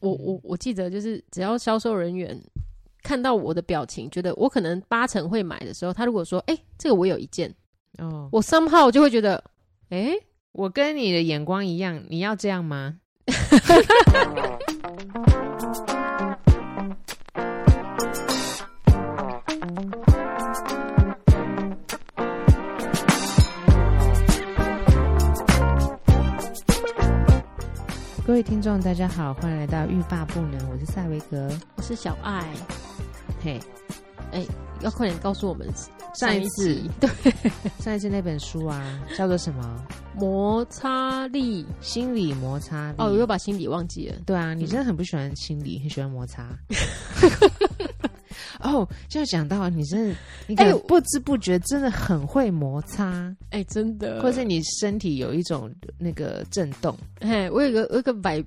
我我我记得就是只要销售人员看到我的表情，觉得我可能八成会买的时候，他如果说哎、这个我有一件，哦，我 somehow 就会觉得哎、我跟你的眼光一样，你要这样吗？各位听众，大家好，欢迎来到欲罢不能，我是赛维格。我是小爱，嘿，要快点告诉我们上一一次集对上一次那本书啊，叫做什么？摩擦力心理摩擦力哦，我又把心理忘记了。对啊，你嗯真的很不喜欢心理，很喜欢摩 擦。哦，现在讲到你真的，你可哎能我不知不觉真的很会摩擦，哎、真的，或是你身体有一种那个震 动哎，我有一个我有一个 vib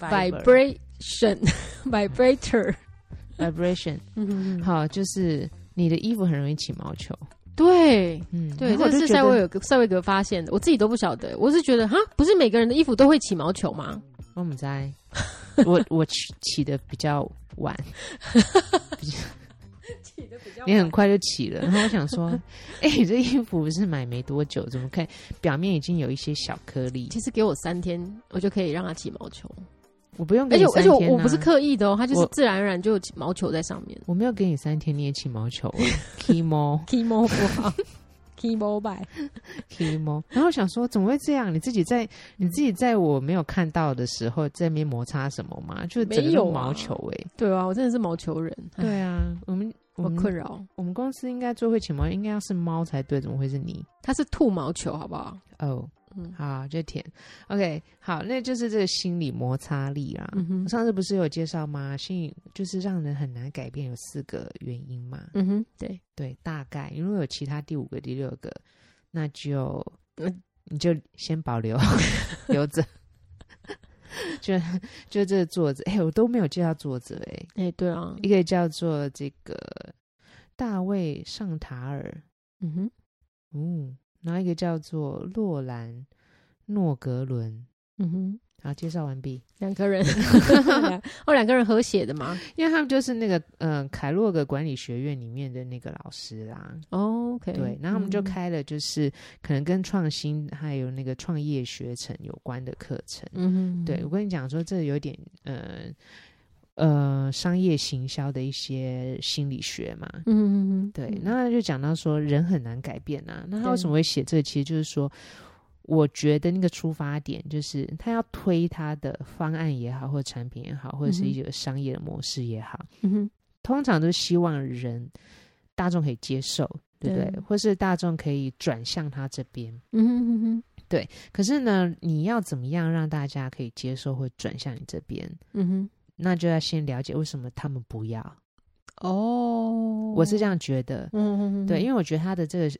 Vibra- vibration vibrator， vibration，嗯，好，就是你的衣服很容易起毛球。对嗯，对，然后我这就是觉塞维得尔塞维格发现的，我自己都不晓得，我是觉得哈，不是每个人的衣服都会起毛球吗？我们在，我我起起的比较晚， 起的比较你很快就起了，然后我想说，哎、你这衣服是买没多久，怎么看表面已经有一些小 颗粒？其实给我三天，我就可以让它起毛球，我不用给而你且而三且天、啊我我不是刻意的哦，它就是我自然而然就有起毛球在上 面。我没有给你三天，你也起毛 球啊 ，emo Kimo 不好，Kimo 拜 emo。然后想说，怎么会这样？你自己在你自己在我没有看到的时候，在那边摩擦什么吗？就整个没有都啊毛球哎、对啊，我真的是毛球人，嗯哎对啊，我们我我们困扰。我们公司应该最会起毛，应该要是猫才对，怎么会是你？它是吐毛球，好不好？哦，嗯好，就舔。OK，好，那就是这个心理摩擦力啦。嗯哼我，上次不是有介绍吗？心理就是让人很难改变，有四个原因嘛。嗯哼，对，对，大概如果有其他第五个、第六个，那就嗯你就先保留 留着。 就就这个作者，哎、我都没有介绍作者、哎，哎、对啊，一个叫做这个大卫尚塔尔，嗯哼，嗯，然后一个叫做洛兰诺格伦。嗯哼，好，介绍完毕。两个 人，哦，两个人和写的嘛。因为他们就是那个嗯、呃凯洛格管理学院里面的那个老师啦，哦 OK，对，然后我们就嗯，开了就是可能跟创新还有那个创业学程有关的课程。嗯哼，对我跟你讲说，这有点呃呃商业行销的一些心理学嘛。嗯哼嗯哼，对，那就讲到说人很难改变啊。那他为什么会写这个？其实就是说，我觉得那个出发点就是他要推他的方案也好，或者产品也好，或者是一嗯个商业的模式也好，嗯哼，通常都是希望人大众可以接受，对不对？对或是大众可以转向他这边。嗯哼嗯哼可是呢，你要怎么样让大家可以接受或转向你这边？嗯哼，那就要先了解为什么他们不要。哦，我是这样觉得，嗯，嗯对，因为为我觉得他的这个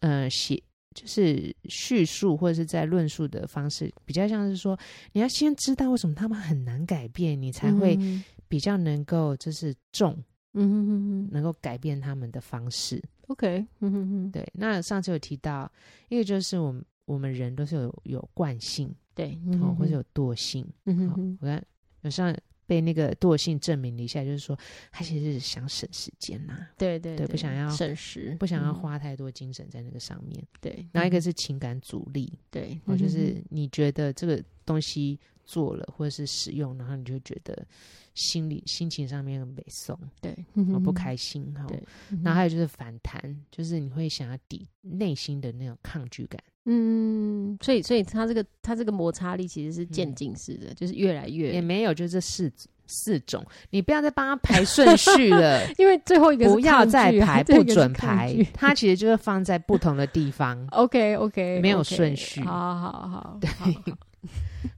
呃写就是叙述或者是在论述的方式，比较像是说，你要先知道为什么他们很难改变，你才会嗯比较能够就是重，嗯哼嗯哼能够改变他们的方式。 ，OK，嗯哼嗯，对，那上次有提到，一个就是我们我们人都是有有惯性，对，哦，或者有惰性。嗯哦哼嗯我看有上被那个惰性证明了一下，就是说他其实是想省时间呐、对对对不想要省时，不想要嗯，花太多精神在那个上面。对，然后一个嗯是情感阻力，对，哦，就嗯是你觉得这个东西做了或者是使用，然后你就觉得心里心情上面很悲送，对，哦我不，开心哈。嗯对嗯然后还有就是反弹，就是你会想要抵内心的那种抗拒感，嗯，所以所以它这个它这个摩擦力其实是渐进式的，就是越来也越。没有，就这四四种，你不要再帮他排顺 序了。因为最后一个是不要抗再拒啊排， 这不个是准抗排拒，。它其实就是放在不同的地方 OK OK，没有顺序好好好，对好好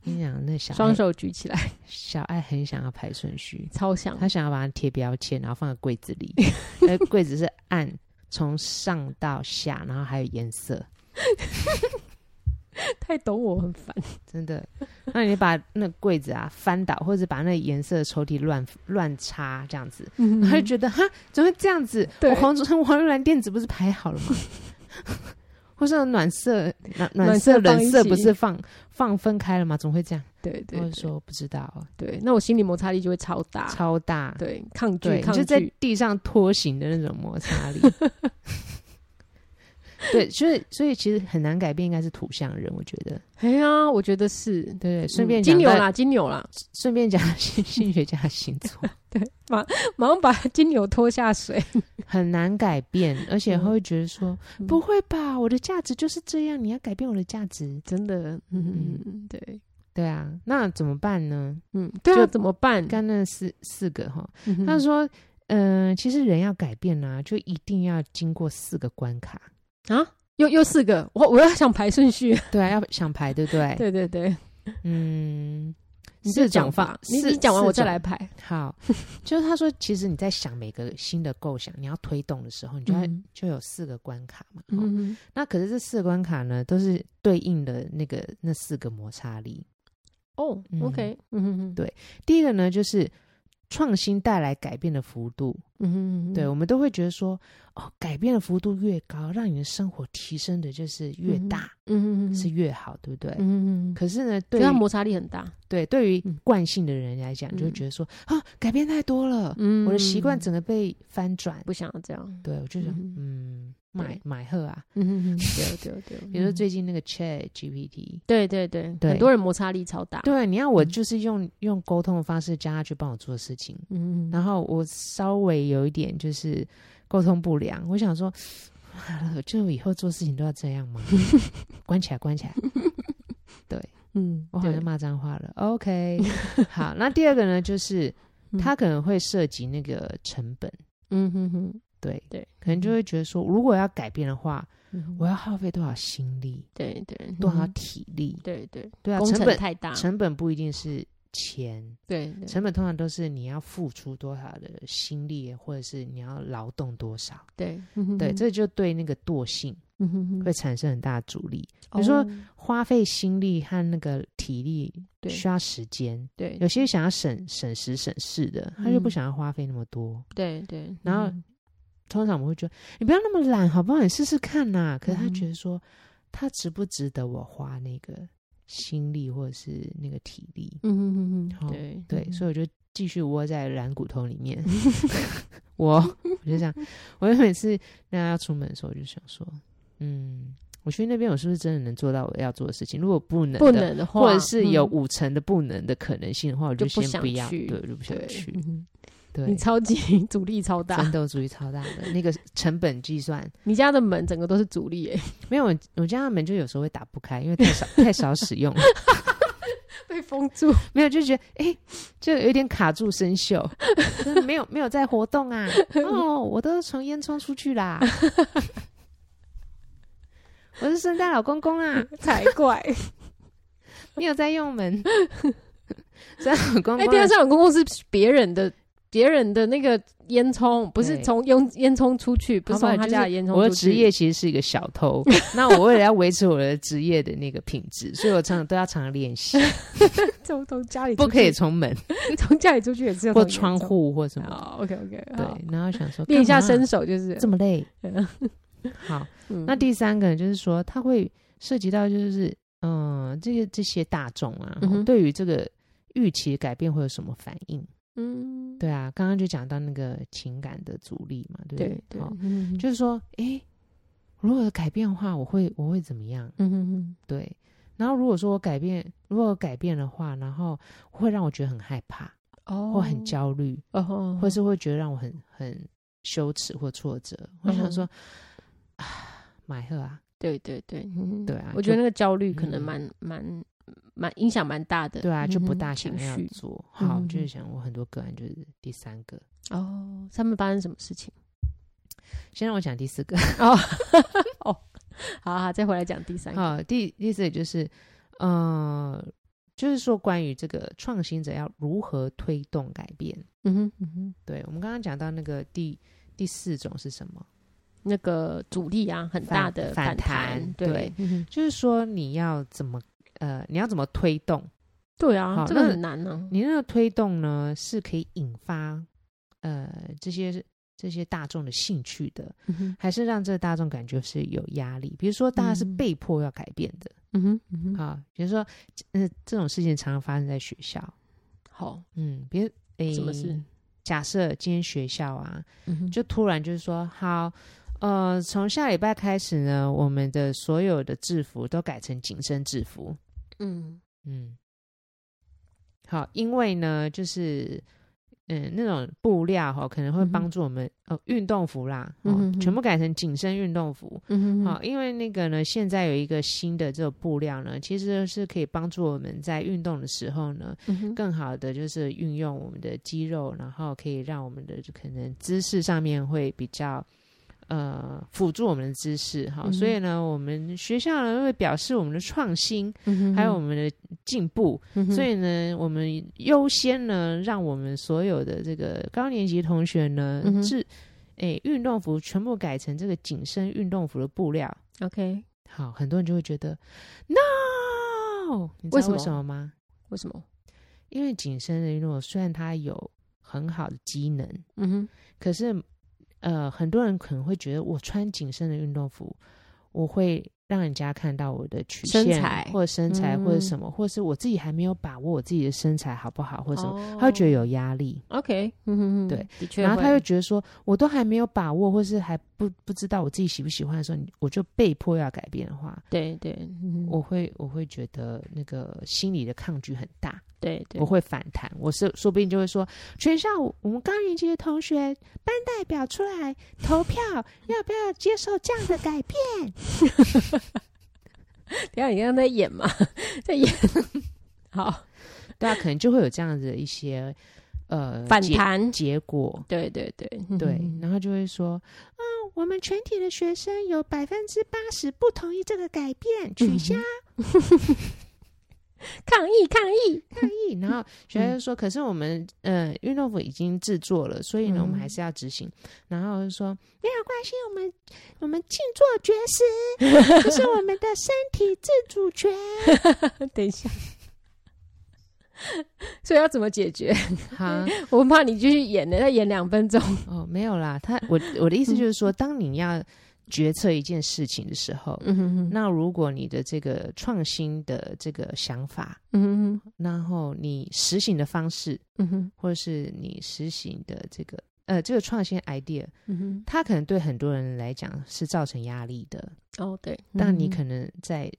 跟你讲，那小爱双手举起来，小爱很想要排顺序，超想她想要把它贴标签，然后放在柜子里。那柜子是按从上到下，然后还有颜色，太懂我，很烦。真的。那你把那柜子啊翻倒，或者把那颜色的抽屉乱乱插这样子，嗯他就觉得哈，怎么会这样子？对我黄黄 黄玉兰电子不是排好了吗？ 或是有暖色暖暖色色放冷一色起不是放放分开了吗？怎么会这样？ 对对或对者说不知道，对，那我心理摩擦力就会超大，超大，对，抗拒对，抗就在拒，地上拖行的那种摩擦 力。对，所以所以其实很难改变，应该是土象人，我觉得。哎呀，我觉得是。对对，顺嗯便金讲牛到啦，金牛啦， 顺便讲心心学家的星座马上把金牛拖下水。很难改变，而且嗯会觉得说、嗯不会吧，我的价值就是这样，你要改变我的价值。真的，嗯，嗯对，对啊，那怎么办呢？嗯，对啊，就怎么办？刚那四四个哈，嗯哼他说，嗯、其实人要改变啊，就一定要经过四个关卡。啊，又又四个，我我要想排顺序。对啊，要想排，对不 对？对对对，嗯，你四这种讲方法，你四你讲完四我再种来排。好，就是他说，其实你在想每个新的构想，你要推动的时候，你就要、嗯就有四个关卡嘛。哦嗯，那可是这四个关卡呢，都是对应的那个那四个摩擦力。哦嗯，OK，嗯哼哼，对第一个呢，就是创新带来改变的幅度。嗯哼哼，对，我们都会觉得说，哦，改变的幅度越高，让你的生活提升的就是越嗯哼大，嗯哼哼，是越好，对不对？嗯哼哼，可是呢，就对它于摩擦力很大。对对于嗯惯性的人来讲，就会嗯觉得说啊，改变太多了，嗯，我的习惯整个被翻转。不想要这样。对，我就想，嗯哼嗯，买对买鹤啊，嗯哼哼，对对对，比如说嗯最近那个 Chat GPT，对对对，对很多人摩擦力超大。，对，你看我嗯就是用用沟通的方式叫他去帮我做事情，嗯，然后我稍微有一点就是沟通不良，我想说，啊就以后做事情都要这样吗？ 关起来，关起来，嗯，我好像骂脏话了。OK，好， 那第二个呢，就是嗯他可能会涉及那个成本，嗯哼哼，对，对，可能就会觉得说，如果要改变的话，嗯我要耗费多少心力，对对多少嗯体力？对对，对啊，工成程本太大，成本不一定是钱，对对成本通常都是你要付出多少的心力，或者是你要劳动多少。对嗯哼对，哼这就对那个惰性嗯哦哼哼会产生很大的阻力。比如说花费心力和那个体力对需要时间，对有些想要省省时省事的，他就不嗯想要花费那么多。对对，然后嗯通常我们会觉得你不要那么懒，好不好？你试试看呐、可是他嗯觉得说，他值不值得我花那个心力或者是那个体力？嗯哼哼好哼，对哦对，所以我就继续窝在软骨头里 面。我我就这样，我就每次那要出门的时候，我就想说，嗯，我去那边，我是不是真的能做到我要做的事情？如果不能的，不能的话，或者是有嗯五成的不能的可能性的话，我就不先想不要，去对，我就不想对去。嗯哼对你，超级 阻力超奋大，斗主义超大的那个成本计算，你家的门整个都是阻力 哎，没有我我家的门就有时候会打不开，因为太 少太少使用了，被封 住。没有就觉得哎、就有点卡住生锈，就是 没有没有在活动 啊，哦，我都从烟囱出去 啦，我是圣诞老公公啊，才怪！没有在用 门，圣诞老公啊哎，公第的二上公公是别人的，别人的那个烟囱，不是对从烟烟囱出去，不是好吧从他就是家的烟囱我的出职去 业其实是一个小偷， 那我为了要维持我的职业的那个品质，所以我常常都要常常练 习，从从家里不出可以去从 门从家里出去也 是要或从烟窗囱。户或什么哦好，OK OK，的。对，然后想说练一下干嘛啊身手就是这么累。嗯好， 嗯 那第三个就是说，它会涉及到就是嗯，这个这些大众啊，嗯哼对于这个预期改变会有什么反应？嗯，对啊，刚刚就讲到那个情感的阻力嘛，对不对对好，嗯就是说，诶，如果有改变的话，我会我会怎么样？嗯哼哼，对。然后如果说我改变，如果我改变的话，然后会让我觉得很害怕，哦，或很，焦虑，哦，或是会觉得让我很很羞耻或挫折。嗯我想说，啊，买鹤啊，对对对，嗯对啊我就觉得那个焦虑可能嗯蛮蛮蛮影响蛮大的，对啊，就嗯不哼大想情要绪做。好，嗯就是想我很多个案就是第三个，哦。他们发生什么事情？先让我讲第四个。好好，再回来讲第三个，好，第第四个就是，呃，就是说关于这个创新者要如何推动改变。嗯哼嗯哼，对我们刚刚讲到那个第第四种是什么？那个阻力啊，很反大的弹反弹，对对嗯哼就是说你要怎么呃，你要怎么推动？对好啊，这个那很难呢，你那个推动呢，是可以引发呃这些这些大众的兴趣的，嗯哼还是让这个大众感觉是有压力？比如说，大家是嗯被迫要改变的，嗯哼，嗯哼，啊，比如说，呃，这种事情常常发生在学校。好，嗯，比如诶，什么事？假设今天学校啊，嗯哼，就突然就是说，好，呃，从下礼拜开始呢，我们的所有的制服都改成紧身制服。嗯嗯，好，因为呢，就是嗯，那种布料哈、可能会嗯哼帮助我们、哦，运动服啦，嗯哦哼哼全部改成紧身运动服。嗯哼，好、，因为那个呢，现在有一个新的这种布料呢，其实是可以帮助我们在运动的时候呢，嗯哼，更好的就是运用我们的肌肉，然后可以让我们的就可能姿势上面会比较呃辅助我们的姿势哈、嗯哼所以呢，我们学校呢会表示我们的创新，嗯哼，还有我们的进步，嗯哼，所以呢，我们优先呢让我们所有的这个高年级同学呢嗯哼制诶运动服全部改成这个紧身运动服的布料。 OK，好，很多人就会觉得 no，你知为道什为么什么吗？为什么？因为紧身的运动虽然它有很好的机能，嗯哼，可是呃，很多人可能会觉得我穿紧身的运动服，我会让人家看到我的曲线身材或者身材嗯或者什么，或是我自己还没有把握我自己的身材好不好或者什么，哦他会觉得有压力。 OK，嗯哼哼，对，的确会，然后他又觉得说，我都还没有把握，或是还不不知道我自己喜不喜欢的时候，你我就被迫要改变的话，对对，嗯哼我会我会觉得那个心理的抗拒很大。对对我，会反弹，我是说不定就会说，全校我们高年级的同学班代表出来投票，要不要接受这样的改变？等一下你刚刚在演嘛， 在演，好，对啊，可能就会有这样子的一些呃反结弹，结果，对对对对，嗯哼然后就会说，嗯，我们全体的学生有百分之八十不同意这个改变，取消抗议抗议，抗议。然后学校就说，可是我们呃运动服已经制作了，所以呢，我们还是要执行。然后就说没有关系，我们我们静坐绝食。这是我们的身体自主权。等一下。 所以要怎么解决？ 好，我怕你继续演呢，再演两分钟。哦，没有啦，他我我的意思就是说，当你要决策一件事情的时候，嗯哼哼，那如果你的这个创新的这个想法，嗯哼哼，然后你实行的方式，嗯哼，或者是你实行的这个呃这个创新 idea，嗯哼，它可能对很多人来讲是造成压力的，哦对，但你嗯哼可能在。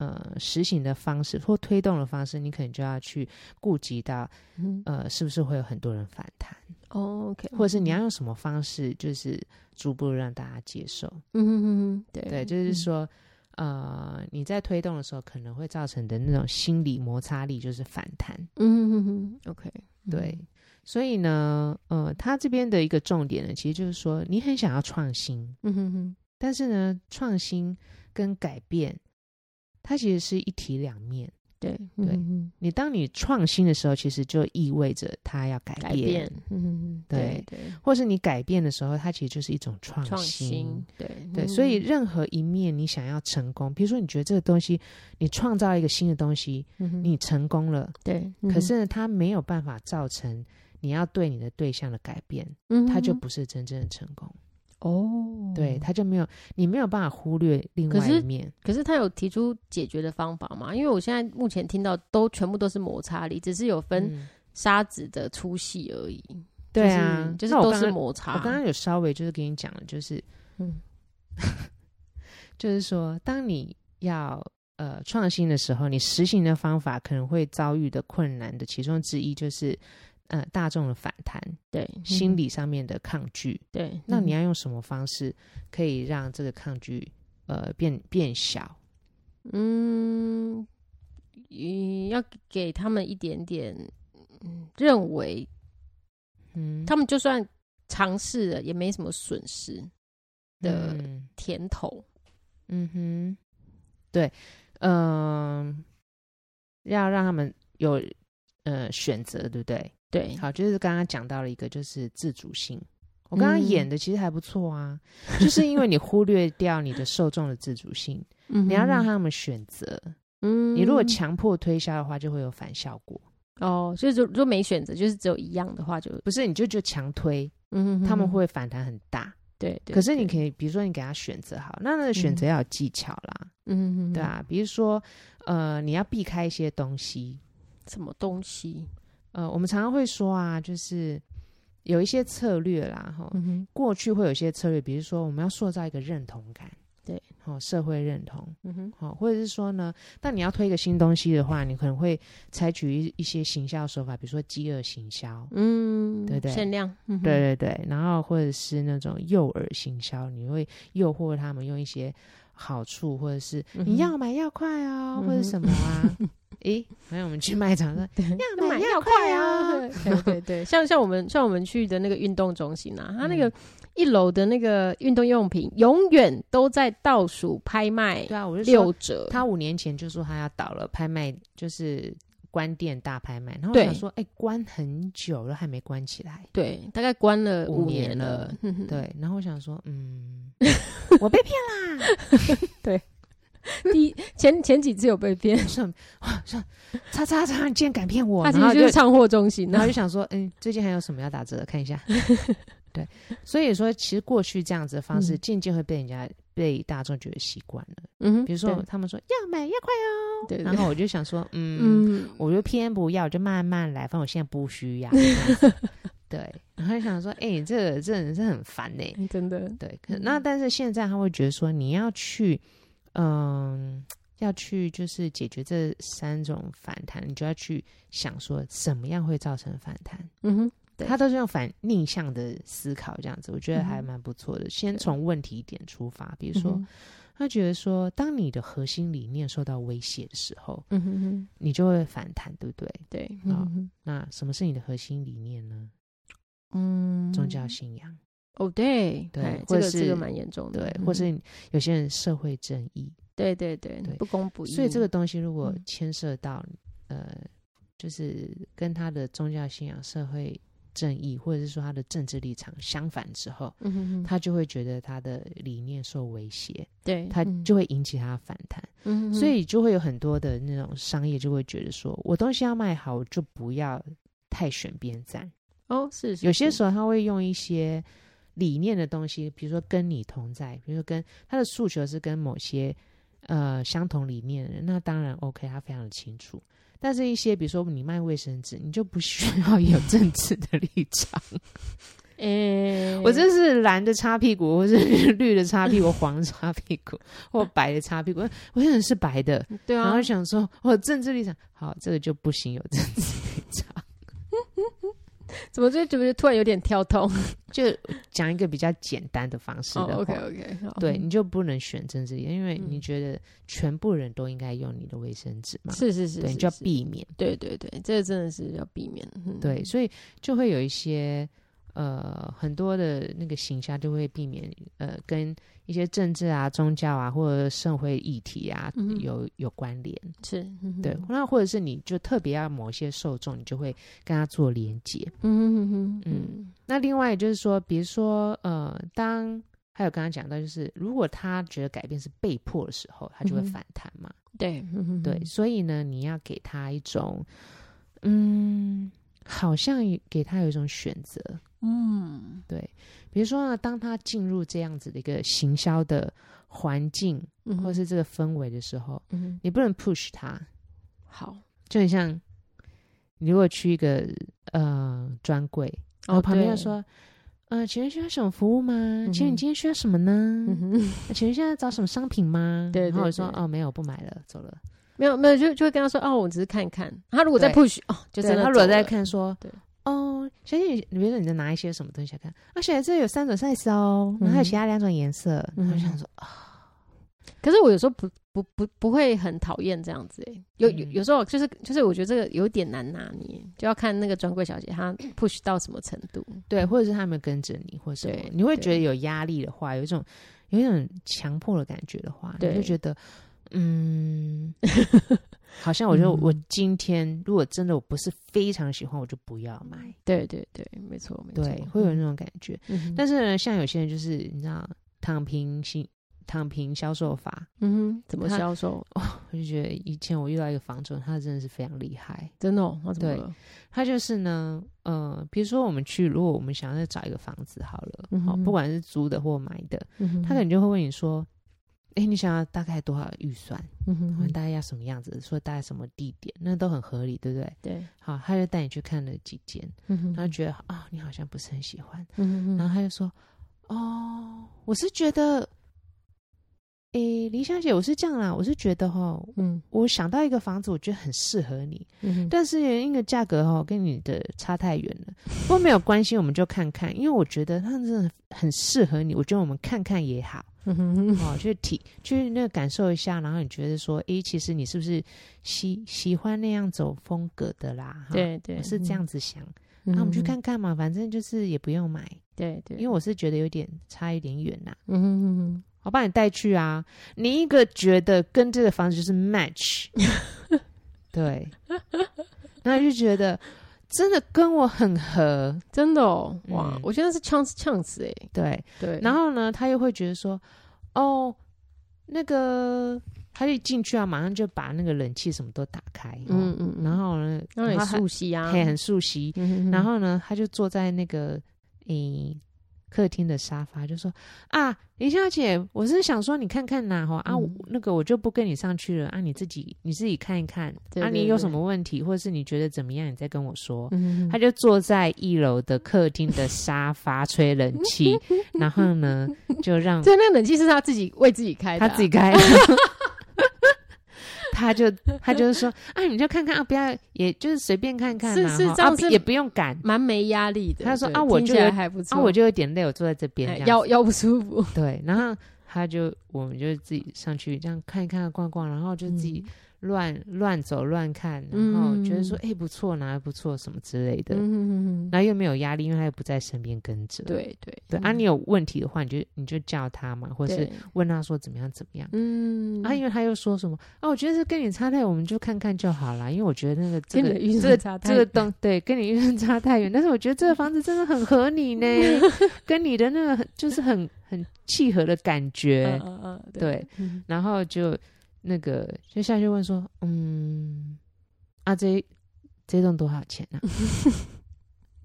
呃，实行的方式或推动的方式，你可能就要去顾及到，嗯哼呃，是不是会有很多人反弹？哦 OK，或者是嗯你要用什么方式，就是逐步让大家接受。嗯哼哼哼，对嗯对，就是说，呃，你在推动的时候，可能会造成的那种心理摩擦力就是反弹。嗯哼哼嗯哼，OK，对，所以呢，呃，他这边的一个重点呢，其实就是说，你很想要创新，嗯哼哼，但是呢，创新跟改变，它其实是一体两面。对对嗯哼你当你创新的时候，其实就意味着它要改哼改变，嗯哼哼，对对对，或是你改变的时候，它其实就是一种创创新，对对，所以嗯任何一面你想要成功，比如说你觉得这个东西，你创造一个新的东西，嗯哼你成功了，对，可是呢，嗯它没有办法造成你要对你的对象的改变，它他就不是真正的成功。嗯哦，对，它就没有你没有办法忽略另可外是一面。可是他有提出解决的方法吗？因为我现在目前听到都全部都是摩擦力，只是有分嗯沙子的粗细而已。对啊，就是那我都刚是刚摩我刚擦。刚有稍微就是跟你讲了，就是嗯， 就是说，当你要呃创新的时候，你实行的方法可能会遭遇的困难的其中之一就是。呃，大众的反弹，对，心理理上面的抗拒，对。那你嗯要用什么方式可以让这个抗拒呃变变小？嗯嗯，要给他们一点点，嗯，认为嗯，他们就算尝试了也没什么损失的嗯甜头。嗯哼，对，嗯、要让他们有呃选择，对不对？对，好，就是刚刚讲到了一个，就是自主性。我刚嗯刚演的其实还不错啊，就是因为你忽略掉你的受众的自主性，你你要让，他们选择。嗯你如果强迫推销的话，就会有反效果。哦，就是如果没选择，就是只有一样的话，就不是，你就就强推，嗯哼哼他们会反弹很大。对对。嗯可是你可以，比如说你给他选择好，那那个选择要有技巧啦，嗯，嗯，嗯对，啊，比如说呃，你要避开一些东西，什么东西？呃，我们常常会说啊，就是有一些策略啦，哈，嗯哼，过去会有一些策略，比如说我们要塑造一个认同感，对，哦，社会认同，嗯哼，好、或者是说呢，当你要推一个新东西的话，你可能会采取一一些行销手法，比如说饥饿行销，嗯，对对限量，嗯哼，对对对，然后或者是那种诱饵行销，你会诱惑他们用一些好处，或者是、嗯哼你要买要快哦，或者嗯哼什么啊， 诶，好像我们去卖场说要买买要要快快啊啊！， 对对对，像像我们像我们去的那个运动中心啊，它那个一楼的那个运动用品永远都在倒数拍卖对啊，我就六说折，他五年前就说他要倒了，拍卖就是。关店大拍卖，然后我对想说，哎、关很久了还没关起来，对，大概关了五呃五年年了了，哼哼，对，然后我想说，嗯， 我被骗 第一前前几次有被骗，了，说哇说叉叉叉，你竟然敢骗我，他其然后实就就是唱货中心然后啊，就想说，嗯，最近还有什么要打折的？看一下。 对，所以说其实过去这样子的方式，嗯渐渐会被人家被大众觉得习惯了。嗯哼，比如说对，他们说要买要快哦，对对然后我就想说， 嗯，嗯，我就偏不要，我就慢慢来，反正我现在不 需要。这样子对，然后就想说，哎、你这个这个人是很烦呢、嗯真的，对，可那但是现在他会觉得说，你要去，嗯，要去就是解决这三种反弹，你就要去想说，怎么样会造成反弹。嗯哼，对他都是用反逆向的思考，这样子，我觉得嗯哼还蛮不错的。先对从问题点出发，比嗯如说，哼他觉得说，当你的核心理念受到威胁的时候，嗯哼哼，你就会反弹，对不对？对，好嗯哼那什么是你的核心理念呢？嗯，宗教信仰，哦，对对哎这或者个这是个蛮严重的，对，嗯或是有些人社会正义，对对对对，不公不义，所以这个东西如果嗯牵涉到、呃，就是跟他的宗教信仰、社会正义，或者是说他的政治立场相反之后，嗯哼哼，他就会觉得他的理念受威胁，对他嗯就会引起他的反弹，嗯哼所以就会有很多的那种商业就会觉得说，我东西要卖好，我就不要太选边站。哦是有些候时候他会用一些理念的东西，比如说跟你同在，比如说跟他的诉求是跟某些呃相同理念的人，那当然 OK，他非常的清楚。但是，一些比如说你卖卫生纸，你就不需要 有政治的立场。诶，我真是蓝的擦屁股，或是 绿的擦屁股，黄的擦屁股，或白的擦屁股。我有人是白的，对然啊后，想说我政治立场好，这个就不行，有政治立场。怎么就怎么突然有点跳痛？哦就讲一个比较简单的方式的话， OK OK，对，你就不能选政治立场，因为嗯你觉得全部人都应该用你的卫生纸嘛，是是是，对，是你就要，是避免，对对对，这个真的是要避免，嗯对，所以就会有一些呃很多的那个形象就会避免呃跟一些政治啊、宗教啊或者社会议题啊、嗯哼有有关联，是，嗯哼对，那或者是你就特别要某些受众，你就会跟他做连接。嗯哼哼哼嗯那另外就是说，比如说呃，当还有刚刚讲到，就是如果他觉得改变是被迫的时候，他就会嗯哼反弹嘛。对，嗯哼对，所以呢，你要给他一种，嗯，好像给他有一种选择，嗯对，比如说呢，当他进入这样子的一个行销的环境嗯哼，或是这个氛围的时候，嗯哼你不能 push 他，好，就很像你如果去一个呃专柜，然后旁边哦对嗯就，说。呃，请问需要什么服务吗？哼请问你今天需要什么呢？嗯哼，请问现在找什么商品吗？对然后对我说对哦，没有，不买了，走了。没有没有，就就会跟他说哦，我只是看看。他如果在对 push 哦，就对真的他如走果了在看说，对，哦，小姐，你比如说你在拿一些什么东西来看，啊，小姐，这有三种 size 哦，然后还有嗯其他两种颜色，然后我想说，可是我有时候不不不不会很讨厌这样子、欸，有有嗯有时候就是就是我觉得这个有点难拿捏，就要看那个专柜小姐她 push 到什么程度。对，或者是他们跟着你，或者什么对，你会觉得对有压力的话，有一种有一种强迫的感觉的话，你就对觉得， 嗯，好像我觉得嗯我今天如果真的我不是非常喜欢，我就不要买，对对对，没错没错，嗯对，会有那种感觉。嗯哼但是呢，像有些人就是你知道躺平心躺平销售法，嗯哼，怎么他销售？我就觉得以前我遇到一个房仲，他真的是非常厉害。真的、哦，他怎么对了？他就是呢，呃，比如说我们去，如果我们想要再找一个房子好了，嗯好、哼不管是租的或买的，嗯哼他可能就会问你说：“哎、你想要大概多少预算？嗯哼问大概要什么样子？说大概什么地点？那都很合理，对不对对，？”好，他就带你去看了几间，嗯哼然后觉得啊、你好像不是很喜欢，嗯哼然后他就说：“哦，我是觉得，诶、李小姐，我是这样啦，我是觉得哈，嗯我想到一个房子，我觉得很适合你，嗯哼，但是那个价格哈跟你的差太远了，不过没有关系，我们就看看，因为我觉得它真的很适合你，我觉得我们看看也 好。”嗯哼，哦，去体去那个感受一下，然后你觉得说，诶，其实你是不是喜喜欢那样走风格的啦？哈，对对我是这样，子想，那、嗯我们去嗯看看嘛，反正就是也不用买，对对，因为我是觉得有点差有点远啦、嗯哼嗯哼。我把你带去啊，你一个觉得跟这个房子就是 match，对，然后就觉得真的跟我很合，真的哦，哇，嗯我觉得是 chance chance 哎，对，对，然后呢，他又会觉得说，哦，那个他一进去啊，马上就把那个冷气什么都打开，嗯嗯嗯嗯嗯，然后呢，让你然后他熟悉啊，嘿很熟悉，嗯，然后呢，他就坐在那个诶、客厅的沙发，就说啊，林小姐，我是想说你看看呐、哈啊，嗯我那个我就不跟你上去了啊，你自己你自己看一看，对啊，对你有对什么问题，或者是你觉得怎么样，你再跟我说，嗯，他他就坐在一楼的客厅的沙发吹冷 气，然后呢，就让对，那个冷气是他自己为自己开的他啊，自己开。 他就他就是说啊，你就看看啊，不要，也就是随便看看啦是是哈这样啊是也不用赶蛮没压力的。他说对啊我听就起来有还不错，啊，我就有点累，我坐在这边哎这样腰子。腰不舒服，对，然后他就我们就自己上去这样看一看逛逛，然后就自己嗯乱乱走乱看，然后觉得说哎不错，哪还不错什么之类的，嗯嗯嗯，然后又没有压力，因为他又不在身边跟着。对对嗯对啊，你有问题的话，你就你就叫他嘛，或是，问他说怎么样怎么样。嗯啊，因为他又说什么啊？我觉得是跟你差太远，我们就看看就好啦。因为我觉得那个这跟你个的预这个算差太这个东对，跟你预算差太远。但是我觉得这个房子真的很合你 呢，跟你的那个很就是很很契合的感觉嗯。嗯嗯，对，嗯然后就那个就下去问说，嗯，啊这这栋多少钱啊？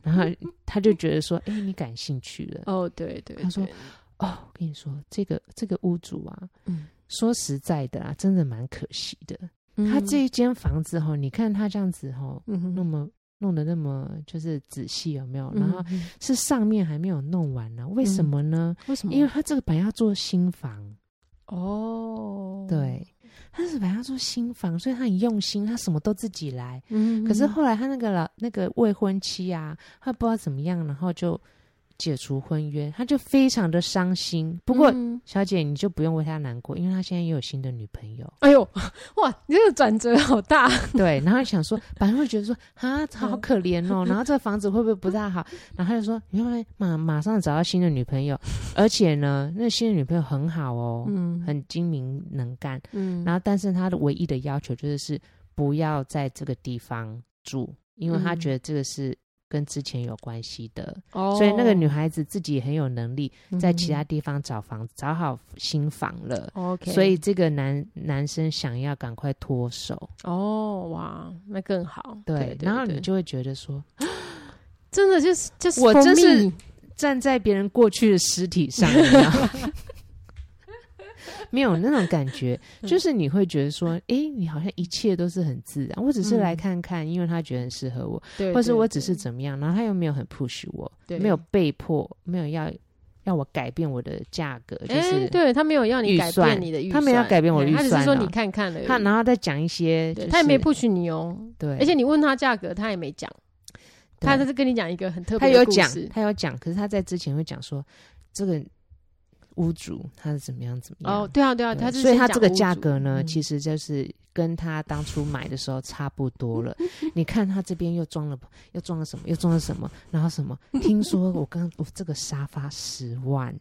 然后他就觉得说，哎、你感兴趣了。哦对对，他说对哦，我跟你说，这个这个屋主啊，嗯说实在的啊，真的蛮可惜的。嗯他这一间房子哈，你看他这样子哈，嗯哼那么弄得那么就是仔细，有没有？嗯然后嗯是上面还没有弄完呢、为什么呢？为什么？因为他这个本来要做新房，哦，对，他是本来要做新房，所以他很用心，他什么都自己来。嗯，嗯，可是嗯后来他那个老那个未婚妻啊，他不知道怎么样，然后就解除婚约，他就非常的伤心。不过嗯。小姐，你就不用为他难过，因为他现在也有新的女朋友哎呦， 哇，你这个转折好大， 对，然后想说，反正会觉得说啊，嗯好可怜 哦。然后这个房子会不会不大好？然后他就说，你会不会马马上找到新的 女朋友？而且呢，那新的女朋友很好哦，嗯很精明能干。嗯然后，但是他的唯一的要求就是是不要在这个地方住，因为他嗯觉得这个是跟之前有关系的。哦，所以那个女孩子自己也很有能力，在其他嗯地方找房，找好新房了。 OK，所以这个男男生想要赶快脱手，哦哇，那更好。对，然后你对就会觉得说，真的就是就是我 for 真是 me 站在别人过去的尸体上一样， 没有那种感觉，嗯就是你会觉得说，诶，你好像一切都是很自然，我只是来嗯看看，因为他觉得很适合我，对，或是对我只是怎么样，然后他又没有很 push 我，对没有被迫，没有要要我改变我的价格，就对哎，是对他没有要你预改算变你的预算，他没有要改变我哎预他只是算说啊你看看而已。他，然后再讲一些，对就是他也没 push 你哦，对，而且你问他价格，他也没讲，对他只是跟你讲一个很特他别有的故讲事，。他有讲，可是他在之前会讲说，这个屋主他是怎么样怎么样。哦，对啊，对啊，对他就是所以他先这个讲屋价主格呢，嗯其实就是跟他当初买的时候差不多了。你看他这边又装了，又装了什么，又装了什么，然后什么？听说我刚我这个沙发十万，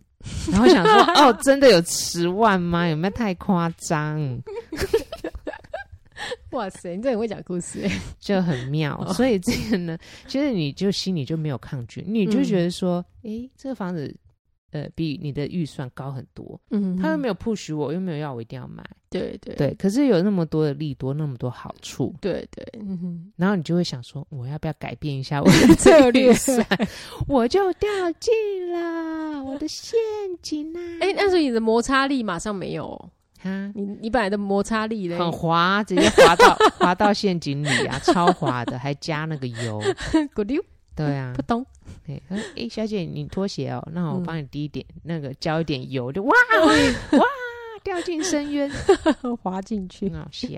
然后想说，哦，真的有十万吗？有没有太夸张？哇塞，你真的很会讲故事 哎，就很妙。哦所以嗯这个呢，其实你就心里就没有抗拒，你就觉得说，诶，这个房子呃比你的预算高很多，嗯，他又没有有 push 我，又没有要我一定要买，对对对，可是有那么多的利多，那么多好处，对对，嗯 哼，然后你就会想说，我要不要改变一下我 的策略算？我就掉进了我的陷阱啊！ 哎、但是你的摩擦力马上没有哦、哈，你你本来的摩擦力嘞，很滑，直接滑到 滑到陷阱里啊，超滑的，还加那 个油。咕溜对啊扑，通，哎、他说诶小姐，你拖鞋哦，那我嗯哎帮你滴一点、那个浇一点 油，就哇哇掉进深渊，嗯 滑进去很，好笑。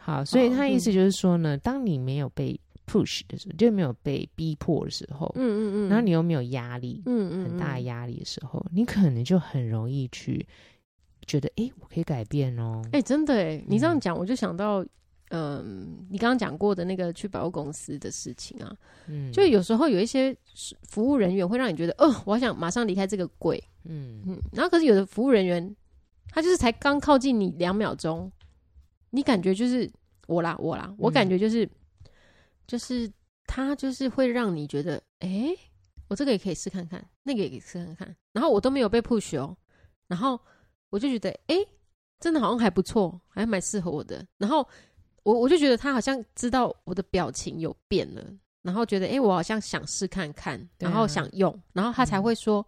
好，所以好他的嗯意思就是说呢，当你没有被 push 的时候，就没有被逼迫的时候，嗯嗯嗯，然后你又没有压力，嗯嗯很大的嗯压力的时候，你可能就很容易去觉得，诶，我可以改变哦。哎、真的哎，你这样嗯讲，我就想到，嗯，你刚刚讲过的那个去百货公司的事情啊，嗯，就有时候有一些是服务人员会让你觉得，哦、我好想马上离开这个柜，嗯，嗯，然后可是有的服务人员，他就是才刚靠近你两秒钟，你感觉就是我啦我啦，我嗯感觉就是、就是他就是会让你觉得，哎、我这个也可以试看看，那个也可以试看看，然后我都没有被 push 哦，然后我就觉得，哎、真的好像还不错，还蛮适合我的，然后我我就觉得他好像知道我的表情有变了。然后觉得，哎、我好像想试看看，对然后啊想用，然后他才嗯会说，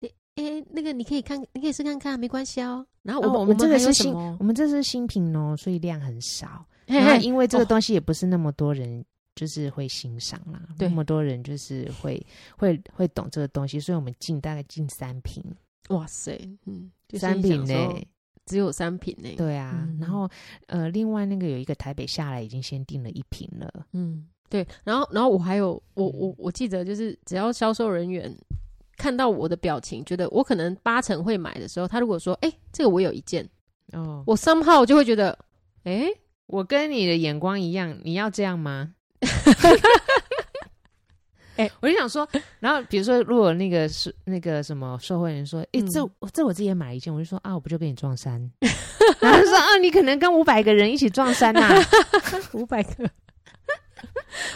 哎、那个你可以看，你可以试看看，没关系哦。然后我哦们、我们们这个还有是什新么？我们这是新品哦，所以量很 少。嘿然后嘿，因为这个哦东西也不是那么多人就是会欣赏啦，对那么多人就是会会会懂这个东西，所以我们进大概进三瓶，哇塞，嗯，就是三你瓶想呢、说只有三品呢、，对啊。嗯然后呃，另外那个有一个台北下来已经先订了一瓶了，嗯，对。然后，然后我还有，我我嗯我记得，就是只要销售人员看到我的表情，觉得我可能八成会买的时候，他如果说，哎、这个我有一件，哦，我 somehow 就会觉得，哎、我跟你的眼光一样，你要这 样吗？哎、我就想说，然后比如说，如果那个是那个什么售会人说，哎、这嗯我这我自己也买一件，我就说啊，我不就跟你撞衫， 然后他就说啊，你可能跟五百个人一起撞衫呐、 五百个。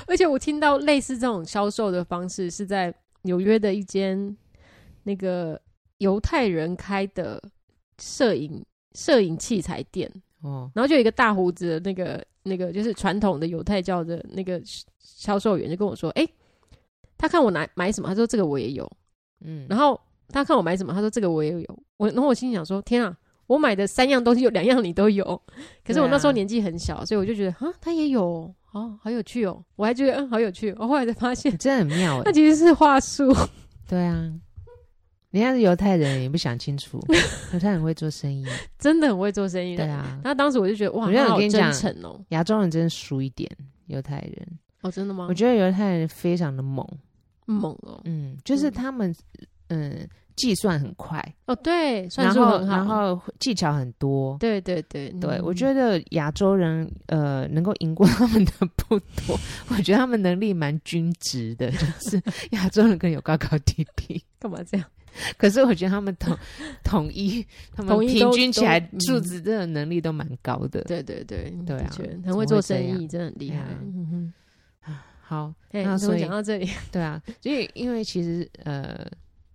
而且我听到类似这种销售的方式是在纽约的一间那个犹太人开的摄影摄影器材店，哦，然后就有一个大胡子的那个那个就是传统的犹太教的那个销售员就跟我说：“哎、他看我拿买什么，他说这个我也有。嗯，然后后他看我买什么，他说这个我也有。我然后我心里想说：天啊！”我买的三样东西有两样你都 有，可是我那时候年纪很小，所以我就觉得啊，他也有哦，哦好有趣哦，我还觉得嗯好有趣哦。我后来才发现，真的很妙哎、那其实是话术。 对啊，人家是犹太人，也不想清 楚，犹太人会做生意，真的很会做生意对的。啊，那当时我就觉得哇，我觉得他我好跟你讲真诚哦。亚洲人真的输一点犹太人，哦，真的吗？我觉得犹太人非常的猛。得猛哦。嗯，就是嗯他们嗯计算很快，哦，对，算然术后很好。然后技巧很多。对对对嗯对，得我觉得亚洲人呃能够赢过他们的不多，我觉得他们能力蛮均值的，就是 亚洲人更有高高低低。干嘛这样？可是我觉得他们统统一，他们统一平都均起来都嗯数值真的能力都蛮高的。对对对，嗯对啊的确怎很会么会做这生样意，真的很厉害哎呀。嗯哼，好，哎，那怎所么以讲到这里？对啊，所以因为其实呃，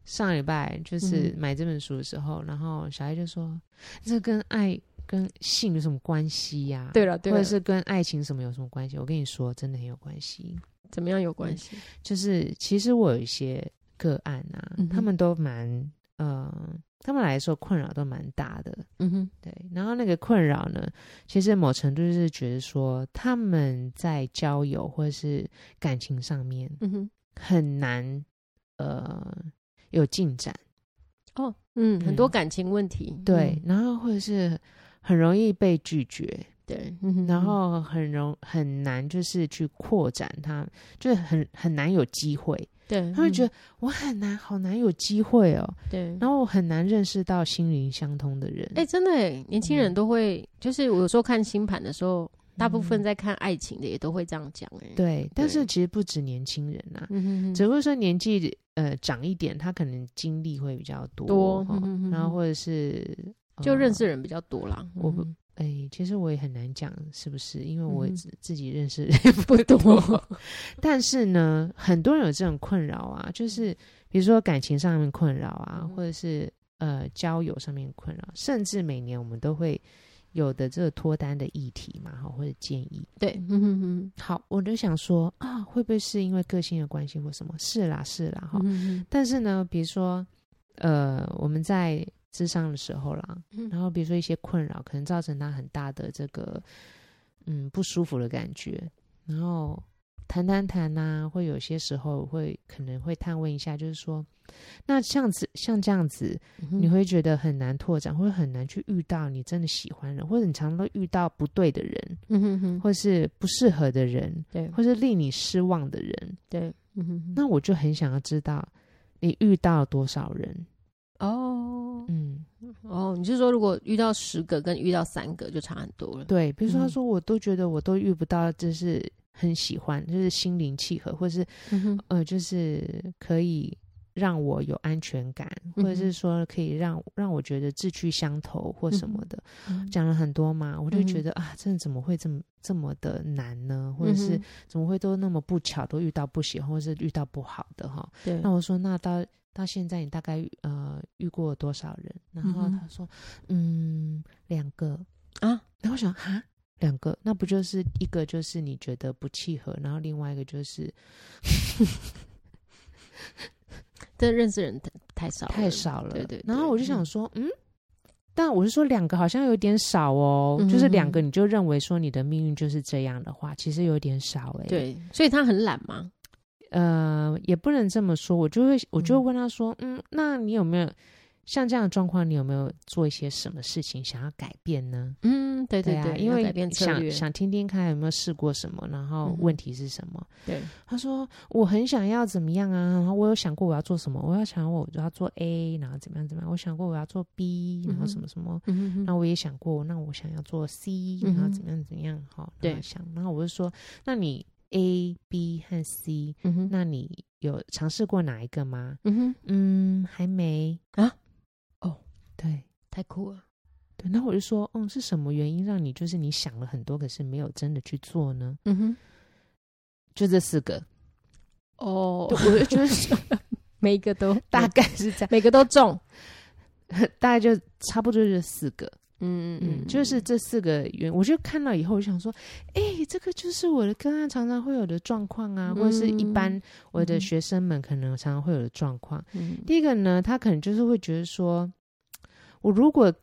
上礼拜就是嗯买这本书的时候，然后小孩就说：“这跟爱跟性有什么关系呀、对了对或了，者是跟爱情什么有什么关系？我跟你说，真的很有关系。怎么样有关系？就是其实我有一些个案啊，嗯哼他们都蛮呃，他们来说困扰都蛮大的。嗯哼，对，然后那个困扰呢，其实某程度就是觉得说，他们在交友或者是感情上面，嗯哼，很难呃有进展，哦，嗯，很多嗯感情问题。对嗯，然后或者是很容易被拒绝，对，嗯哼然嗯后很容很难就是去扩展它，就是很很难有机会，对，他会觉得得我很难好难有机会哦，对。然后我很难认识到心灵相通的人，哎、真的哎，年轻人嗯都会，就是我有时候看星盘的时候，大部分嗯在看爱情的也都会这样讲哎。，对，但是对其实不止年轻人啊，嗯哼哼只不过说年纪呃长一点，他可能经历会比较多多哈嗯哼哼然后哼或者是呃就认识人。人比较多啦。我不嗯哎、其实我也很难讲是不是，因为我嗯也哼自自己认识的人 不多。 但是呢，很多人有这种困扰啊，就是比如说感情上面困扰啊，嗯哼或者是呃交友上面困扰，甚至每年我们都会有的这个脱单的议题嘛，哈，或者建议。对，嗯哼哼好，我就想说啊，会不会是因为个性的关系或什么？是啦，是啦，哈嗯。哼但是呢，比如说，呃，我们在智商的时候啦，哼然后比如说一些困扰，可能造成他很大的这个嗯不舒服的感觉，然后谈谈谈啊，会有些时候会可能会探问一下，就是说，那像子像这样子，嗯你哼，会觉得很难拓展，会很难去遇到你真的喜欢的人，或者你常常都遇到不对的人，嗯哼哼，或是不适合的人，对或是令你失望的人，对，嗯哼哼，那我就很想要知道你遇到了多少人，哦嗯。哦，你是说如果遇到十个跟遇到三个就差很多了？对，比如说他嗯说我都觉得我都遇不到，就是很喜欢，就是心灵契合，或是嗯哼，呃，就是可以让我有安全感，或者嗯是哼说可以让让我觉得志趣相投或什么的，嗯讲了很多嘛，我就觉嗯哼得、啊，真的怎么会这么这么的难呢？或者嗯是哼怎么会都那么不巧，都遇到不喜欢，或是遇到不好的哈？嗯对那，我说，那到到现在你大概呃遇过多少人？然后嗯哼他说，嗯，两个。啊，然后我想哈，两个，那不就是一个就是你觉得不契合，然后另外一个就是但认识人太太少了，太少了，对对对然后我就想说，嗯。但我是说，两个好像有点少哦，嗯就是两个你就认为说你的命运就是这样的话，其实有点少哎、，对，所以他很懒嘛，呃，也不能这么说，我就会我嗯就会问他说，嗯，那你有没有像这样的状况，你有没有做一些什么事情想要改变呢？嗯，对对啊，对，因要为改变策想略，想听听看有没有试过什么，然后嗯哼问题是什么？对，他说我很想要怎么样啊，然后我有想过我要做什么，我要想我要做 A，然后怎么样怎么样，我想过我要做 B，然后什么什么，嗯哼那、哼，我也想过，那我想要做 C，嗯哼然后怎么样怎么样，好、对然后想，然后我就说，那你 A、B 和 C，嗯哼，那你有尝试过哪一个吗？嗯哼，嗯，还没啊，哦，对。太酷了，对，那我就说，嗯，是什么原因让你就是你想了很多，可是没有真的去做呢？嗯哼，就这四个，哦对，我就觉得说 每个都 大概是这样。每个都中， 大概就差不多就是四个，嗯嗯，就是这四个原，我就看到以后，我就想说，哎、这个就是我的个案常常会有的状况啊，嗯或者是一般我的嗯学生们可能常常会有的状况。嗯第一个呢，他可能就是会觉得说，我如果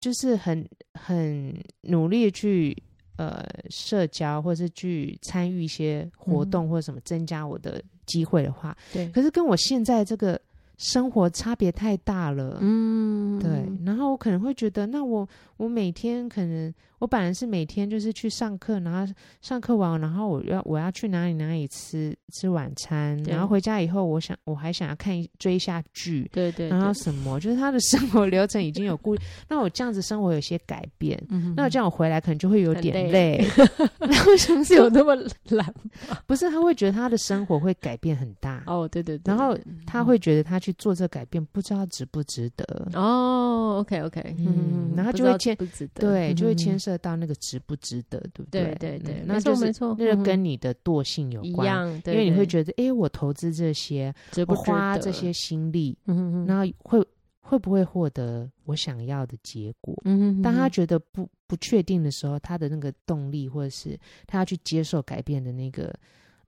就是很很努力地去呃社交，或是去参与一些活动嗯或者什么，增加我的机会的话，对，可是跟我现在这个生活差别太大了，嗯对，然后我可能会觉得，那我我每天可能我本来是每天就是去上课，然后上课完，然后我要我要去哪里哪里吃吃晚餐，对然后回家以后，我想我还想要看一追一下剧，对对，然后什么，就是他的 生活流程已经有固，那我这样子生活有些改变，嗯那我这样我回来可能就会有很点累累， 然后想是有说那么懒啊不是他会觉得他的生活会改变很大，哦，对对对，然后他会觉得他去做这改变不知道值不值得，哦，OK OK，嗯然后就会牵不值得，对，就会牵涉，涉到那个值不值得，对不嗯对对对对嗯，没那错就没是错，那就嗯跟你的惰性有一关，样，因为你会觉得，诶，我投资这些，得值我不值花得这些，心力，嗯然后会会不会获得我想要的结果？嗯，当他觉得不不确定的时候，他的那个动力或者是他要去接受改变的那个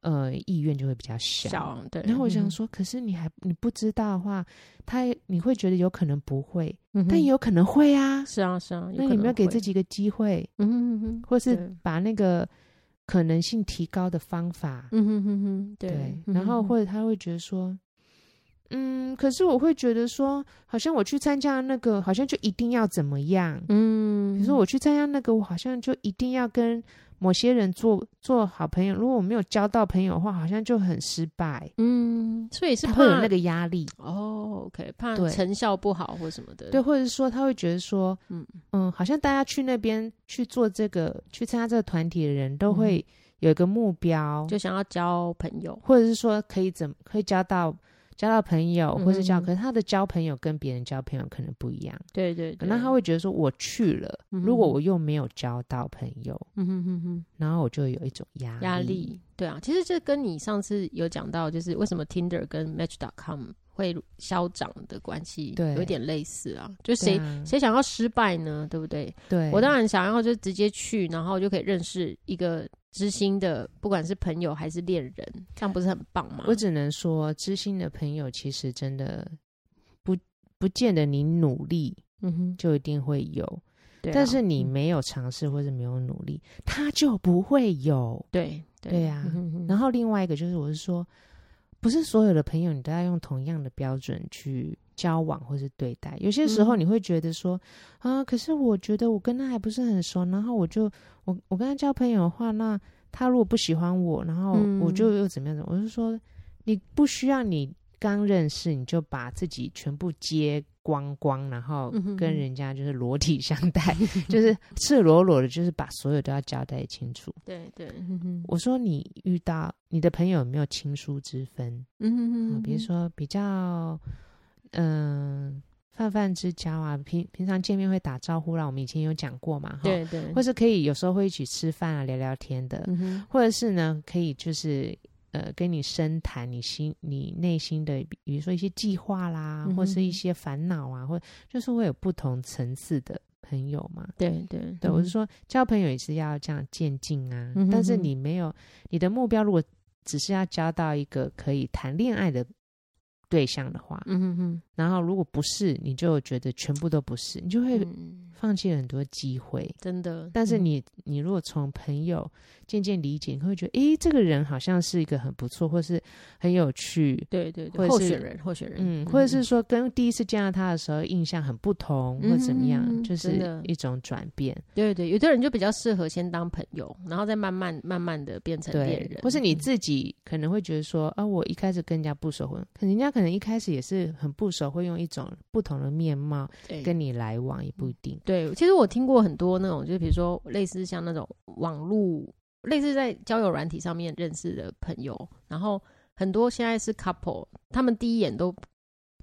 呃意愿就会比较小。小，对，然后我想嗯，说，可是你还你不知道的话，他你会觉得有可能不会，嗯但也有可能会啊哼。是啊是啊，那你有没有给自己，己一个机会？嗯哼哼哼或是对嗯把那个可能性提高的方法，嗯哼哼哼，对对，嗯然后哼或者他会觉得说，嗯，可是我会觉得说，好像我去参加那个，好像就一定要怎么样。嗯，比如说我去参加那个，我好像就一定要跟某些人做做好朋友。如果我没有交到朋友的话，好像就很失败。嗯，所以是他怕会有那个压力，哦，OK，怕对成效不好或什么的，对，或者是说他会觉得说，嗯嗯好像大家去那边去做这个、去参加这个团体的人都会有一个目标，就想要交朋友，或者是说可以怎么会交到交到朋友，或是嗯嗯交，嗯可是他的交朋友跟别人交朋友可能不一样，对对可对，能他，会觉得说我去了，嗯如嗯果嗯我又没有交到朋友，嗯哼哼哼。然后我就有一种压压嗯力，对啊，其实这跟你上次有讲到，就是为什么 Tinder 跟 Match.com 会消长的关系，对有点类似啊。就对谁啊谁、想要失败呢？对不对？对我当然想要就直接去，然后就可以认识一个知心的，不管是朋友还是恋人，这样不是很棒吗？我只能说，知心的朋友其实真的不不见得你努力嗯哼，就一定会有，对啊、但是你嗯没有尝试或者没有努力，他就不会有。对对对啊嗯哼哼然后另外一个就是，我是说，不是所有的朋友你都要用同样的标准去交往或是对待。有些时候嗯你会觉得说，啊，可是我觉得我跟他还不是很熟，然后我就我我跟他交朋友的话，那他如果不喜欢我，然后嗯我就又怎么样怎么样？我是说，你不需要你刚认识你就把自己全部揭光光，然后嗯哼跟哼人家就是裸体相待， 就是赤裸裸的，就是把所有都要交代清楚。对对，嗯哼我说你遇到你的朋友有没有亲疏之分？嗯哼啊、哼比如哼说比较，嗯、泛泛之交啊，平平常见面会打招呼啦，我们以前有讲过嘛，哈，对对，或是可以有时候会一起吃饭啊，聊聊天的，嗯哼或者是呢，可以就是呃，跟你深谈你心你内心的，比如说一些计划啦，嗯或是一哼哼些烦恼啊，或就是会有不同层次的朋友嘛，对对对，我嗯是说交朋友也是要这样渐进啊，嗯哼但是哼你没有你的目标，如果只是要交到一个可以谈恋爱的对象的话，嗯哼哼然后如果不是，你就觉得全部都不是，你就会嗯放弃了很多机会。真的，但是嗯你，你如果从朋友渐渐理解，你会觉得，诶，这个人好像是一个很不错，或是很有趣，对对或对，者候是选人，候选人，嗯，或者是说跟第一次见到他的时候印象很不同，或怎么样，嗯哼就真是的一种转变。对对，有的人就比较适合先当朋友，然后再慢慢慢慢的变成恋人，或是你嗯自己可能会觉得说，啊，我一开始跟人家不熟，可人家可能一开始也是很不熟，会用一种不同的面貌对嗯跟你来往，也不一定。对，其实我听过很多那种，就比如说类似像那种网络，类似在交友软体上面认识的朋友，然后很多现在是 couple，他们第一眼都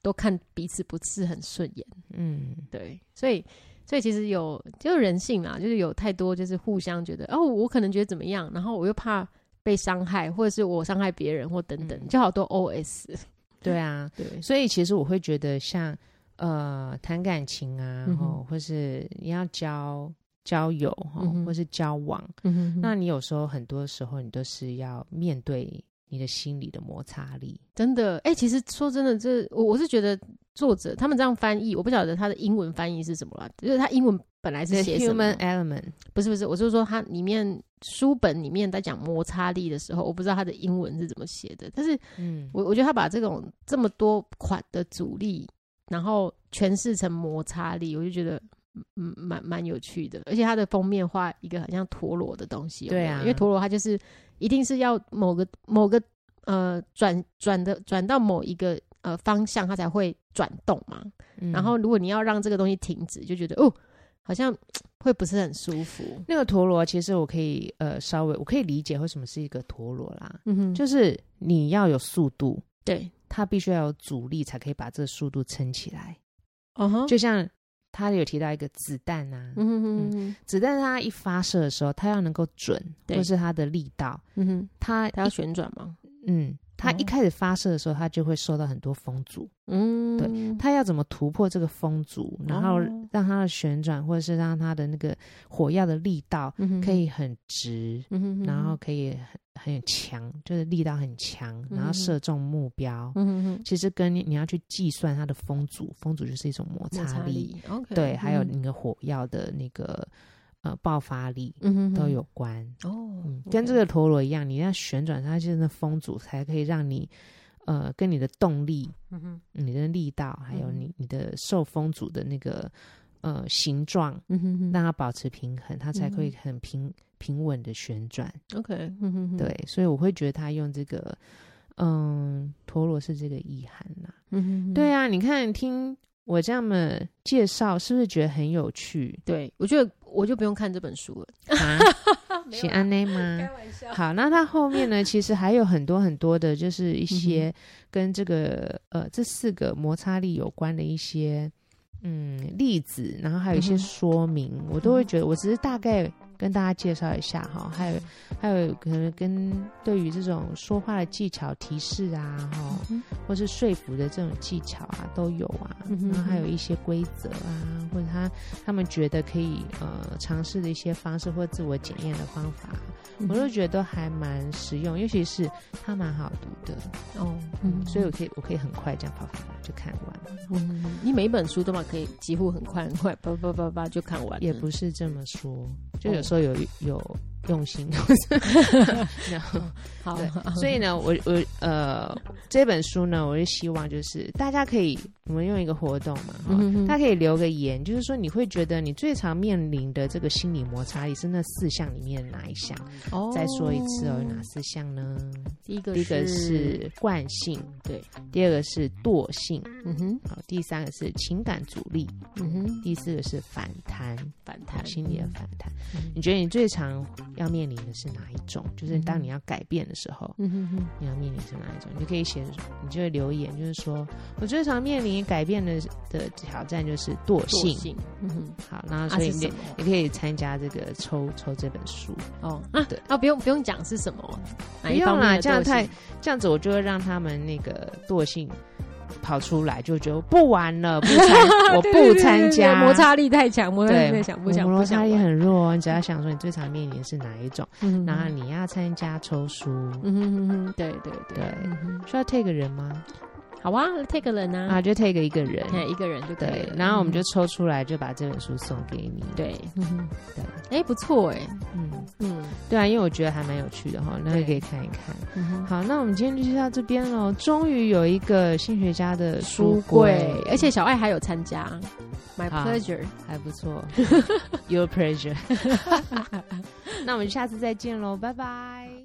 都看彼此不是很顺眼，嗯，对，所以所以其实有就是人性啦，就是有太多就是互相觉得哦，我可能觉得怎么样，然后我又怕被伤害，或者是我伤害别人或等等，嗯就好多 OS，对啊，对，所以其实我会觉得像，呃，谈感情啊，嗯哼哦，或是你要交交友，哦嗯哼或是交往，嗯哼那你有时候很多时候你都是要面对你的心理的摩擦力。真的，哎、其实说真的，这我我是觉得作者他们这样翻译，我不晓得他的英文翻译是什么啦，就是他英文本来 The 是写什么 human element，不是不是，我就是说他里面书本里面在讲摩擦力的时候，我不知道他的英文是怎么写的，但是嗯，我我觉得他把这种这么多款的阻力，然后诠释成摩擦力，我就觉得。嗯，蛮蛮有趣的，而且它的封面画一个很像陀螺的东西，有没有对啊因为陀螺它就是一定是要某个某个呃转转的转到某一个呃方向，它才会转动嘛。嗯然后如果你要让这个东西停止，就觉得哦，好像会不是很舒服。那个陀螺，其实我可以呃稍微我可以理解为什么是一个陀螺啦，嗯哼，就就是你要有速度，对，它必须要有阻力才可以把这个速度撑起来。哦哈，就像他有提到一个子弹啊，嗯哼哼哼子弹它一发射的时候，它要能够准，对或是它的力道，嗯哼，它它要一旋转嘛，嗯，它哦一开始发射的时候，它就会受到很多风阻，嗯，对它要怎么突破这个风阻，然后哦让它的旋转，或者是让它的那个火药的力道嗯哼可，以很直，嗯哼哼然后，可以很很强，就是力道很强，然后嗯射中目标。嗯哼哼，其实跟你你要去计算它的风阻，风阻就是一种摩摩擦擦力，力，OK，对，还有嗯那个火药的那个呃爆发力嗯哼哼都有关。哦嗯， ，OK 跟这个陀螺一样，你要旋转它，就是那风阻才可以让你呃跟你的动力、嗯哼你的力道，还有嗯你你的受风阻的那个呃形状，嗯哼哼让它保持平衡，它才可以嗯很平平稳的旋转。 ，OK，嗯哼哼，对，所以我会觉得他用这个。嗯，陀螺是这个意涵啦。嗯哼哼，对啊，你看听我这样的 介绍，是不是觉得很有趣？对，我觉得我就不用看这本书了，啊，没有是啦安内吗？开玩 笑，好，那它后面呢，其实还有很多很多的，就是一些跟这个、呃这四个摩擦力有关的一些嗯例子，然后还有一些嗯哼说明，我都会嗯觉得，我只是大概跟大家介绍一下哈，还有还有可能跟对于这种说话的技巧提示啊，哈、嗯或是说服的这种技巧啊都有啊，嗯哼然后还有一些规则啊，或者他他们觉得可以呃尝试的一些方式或自我检验的方法。嗯我就觉得都还蛮实用，尤其是它蛮好读的，哦，嗯，所以我可以我可以很快这样啪啪啪就看完，嗯你每一本书都嘛可以几乎很快很快，叭叭叭叭就看完了，也不是这么说，就哦有时候有有用 心， 嗯然后好，对，所以呢，我我呃这本书呢，我就希望就是大家可以我们用一个活动嘛，哈嗯哼哼大家可以留个言，就是说你会觉得你最常面临的这个心理摩擦力是那四项里面哪一项？哦再说一次哦，有哪四项呢？第一个第一个是惯性，对，第二个是惰性，嗯哼好，第三个是情感阻力，嗯哼第四个是反弹，反好弹心理的反弹。嗯你觉得你最常要面临的是哪一种？就是当你要改变的时候，嗯哼哼你要面临是哪一种？你就可以写，你就会留言，就是说我最常面临改变的的挑战就是惰性。惰性，嗯哼，好，然后啊所以是你什也么？也可以参加这个抽抽这本书，哦啊嗯对啊，不用不用讲是什么，不哪一方用啦面的这样惰性太这样子我就会让他们那个惰性跑出来，就觉得我不玩了，不参，我对对对不对 参对对加，摩擦力太强，摩擦力对，太强，不我想摩不擦想力玩，很弱哦。你只要想说你最常面临是哪一种，嗯然后你要参加抽书，嗯哼哼哼，对对对对嗯哼需要 take 人吗？好啊，take 人啊，啊，就 take 一个人，对，一个人就可以对了，，然后我们嗯就抽出来，就把这本书送给你。对，嗯哼对，哎，不错哎，嗯，嗯对啊，因为我觉得还蛮有趣的哈，那也可以看一看。嗯哼。好，那我们今天就到这边喽。终于有一个心学家的书书柜柜，，而且小爱还有参加，My 好 pleasure。还不错，Your pleasure。那我们下次再见喽，拜拜。